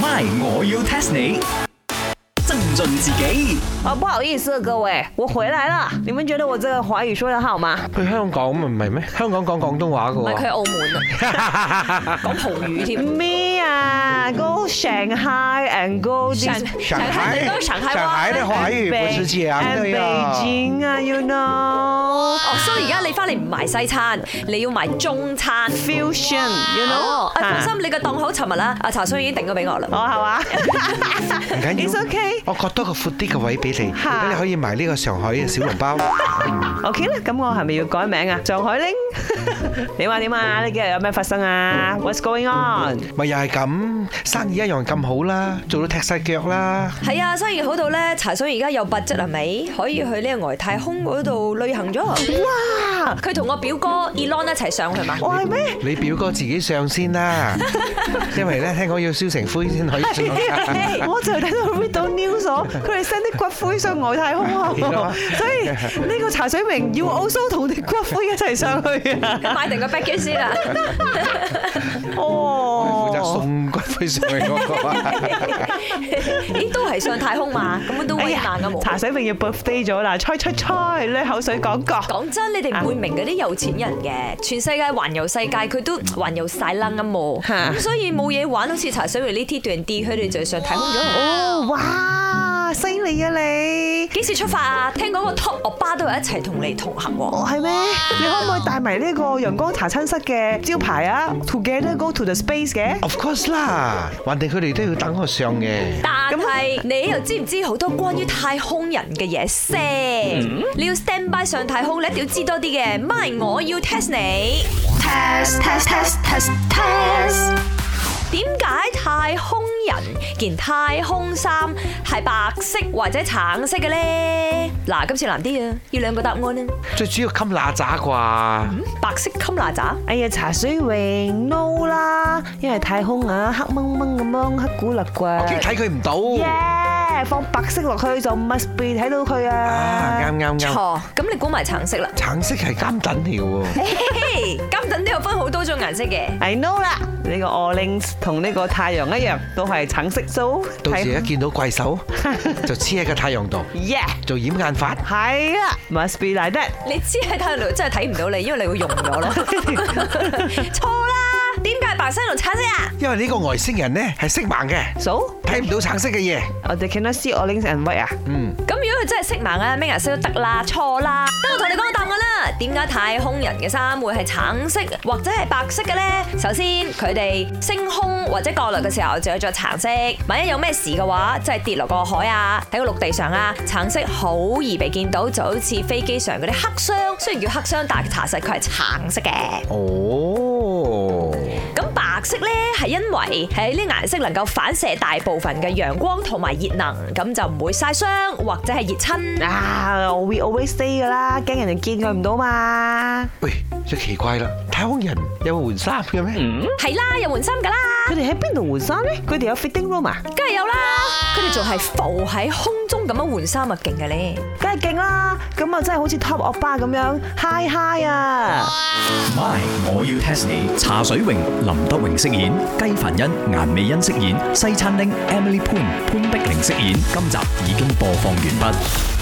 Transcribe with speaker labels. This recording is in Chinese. Speaker 1: My，我要 test 你。增进自己
Speaker 2: 啊，不好意思，各位，我回来了。你们觉得我这个华语说得好吗？
Speaker 3: 去香港咪唔係咩？香港講廣東話嘅
Speaker 4: 唔係
Speaker 3: 喎
Speaker 4: 佢。喺澳門啊， 講葡語添。
Speaker 2: Me 啊，Go Shanghai and go this
Speaker 4: 上上海都上海
Speaker 5: 上海
Speaker 4: 話。
Speaker 5: 的華語不是這樣
Speaker 2: and
Speaker 5: 的
Speaker 2: Beijing
Speaker 5: 呀。
Speaker 2: 啊，you know
Speaker 4: 哦，所以而家你翻嚟唔賣西餐，你要賣中餐。
Speaker 2: fusion，you
Speaker 4: 哦，
Speaker 2: know
Speaker 4: 啊放心，你個檔口尋日啦，阿茶叔已經定咗俾我啦。
Speaker 2: 哦，係嘛
Speaker 5: 唔緊要
Speaker 2: ？It's okay
Speaker 5: 我覺得個闊啲嘅位俾你，
Speaker 2: 嚇
Speaker 5: 俾你可以賣呢個上海嘅小籠包。
Speaker 2: ？OK 啦，咁我係咪要改名啊？上海 玲，你話點啊？呢幾日有咩發生啊？What's à. going on？
Speaker 5: 咪又係咁，生意一樣咁好啦，做到踢晒腳啦。
Speaker 4: 係啊，生意好到咧，茶水而家有 budget 係咪？可以去呢個外太空嗰度旅行咗。哇！佢同我表哥 Elon 一齊上去嘛？
Speaker 2: 我係咩？
Speaker 5: 你表哥自己上先 啦，因為咧聽講要燒成灰先可以上架。
Speaker 2: 我就睇到 read 到 news 咗，佢哋 send 啲骨灰上外太空啊，所以呢個茶水明要 also 同啲骨灰一齊上去啊！
Speaker 4: 買定個 package 先啊 啦。
Speaker 2: 哦
Speaker 5: 負責送骨灰上去嗰個啊，
Speaker 4: 咦，都係上太空嘛，咁都
Speaker 2: 哎
Speaker 4: 威
Speaker 2: 呀
Speaker 4: 難噶冇。
Speaker 2: 茶水明要 birthday 咗啦，吹吹吹，你口水講講。
Speaker 4: 講真，你哋唔會明嗰啲有錢人嘅，全世界環遊世界佢都環遊晒啦咁喎，
Speaker 2: 嚇
Speaker 4: 咁所以冇嘢玩，好似茶水圍呢 T 段 D，佢哋就上太空咗。
Speaker 2: 哦，哇，犀利啊你！
Speaker 4: 幾時出發啊？聽講個 top 惡巴都有一齊同你同行喎。
Speaker 2: 哦，係咩？你可唔可以帶埋呢個陽光茶餐室嘅招牌啊？Together go to the space 嘅。
Speaker 5: Of course 啦，橫掂佢哋都要等我上嘅。
Speaker 4: 但係你又知唔知好多關於太空人嘅嘢先？你要 stand by 上太空，你一定要知多啲嘅。咪我要 test 你。
Speaker 6: test test test test test
Speaker 4: 點解太空人件太空衫係白色或者橙色嘅呢？嗱，今次難啲啊，要兩個答案啊！
Speaker 5: 最主要襟嗱喳啩，
Speaker 4: 白色襟哪吒，
Speaker 2: 哎呀，茶水榮 no 啦，因為太空啊，黑掹掹咁樣，黑古勒
Speaker 5: 我
Speaker 2: 啩。
Speaker 5: 睇佢唔到。
Speaker 2: 耶，放白色落去就 must be 睇到佢
Speaker 5: À, 啊，
Speaker 2: 啊。
Speaker 5: 啱啱啱，
Speaker 4: 錯，咁你估埋橙色啦。
Speaker 5: 橙色係監趸嚟嘅喎。
Speaker 4: 嘿，金等都有分好多種顏色嘅。
Speaker 2: I know 啦，呢個 o r l i n g 同呢個太陽一樣，都係橙色素。
Speaker 5: 到時一見到怪獸，就黐喺個太陽度
Speaker 2: 耶，
Speaker 5: 做掩眼法。
Speaker 2: 係啦，must be like that。
Speaker 4: 你知喺太陽度真係睇唔到你，因為你會溶咗咯。錯啦，點解係白色同橙色啊？
Speaker 5: 因為呢個外星人呢係色盲嘅，
Speaker 2: So，
Speaker 5: 睇唔到橙色嘅嘢。
Speaker 2: 我哋 cannot see o r l i n g and white 啊。
Speaker 5: 嗯，
Speaker 4: 咁如果佢真係色盲啊，咩顏色都得啦，錯啦。等我同你講個答案啦。點解太空人嘅衫會係橙色或者係白色嘅呢？首先，佢哋升空或者降落嘅時候就要着橙色。萬一有咩事嘅話，即係跌落個海啊，喺個陸地上啊，橙色好易被見到，就好似飛機上嗰啲黑箱。雖然叫黑箱，但係查實佢係橙色嘅。
Speaker 5: 哦，
Speaker 4: 咁白色呢，係因為喺呢顏色能夠反射大部分嘅陽光同埋熱能，咁就唔會曬傷或者係熱親。
Speaker 2: 啊，we always say 噶啦，驚人哋見佢唔到嘛。
Speaker 5: 喂，最奇怪啦，太空人有換衫嘅咩？
Speaker 4: 係啦，有換衫噶啦，
Speaker 2: 佢哋喺邊度換衫咧？佢哋有 fitting room 啊？
Speaker 4: 梗係有啦。佢哋仲係浮喺空中咁樣換衫啊，勁嘅咧。
Speaker 2: 梗係勁啦，咁啊真係好似 top 惡霸咁樣 high high 啊！
Speaker 1: ，My，我要 test 你。茶水榮、林德榮飾演，雞凡欣、顏美欣飾演，西餐廳 Emily Poon 潘碧玲飾演。今集已經播放完畢。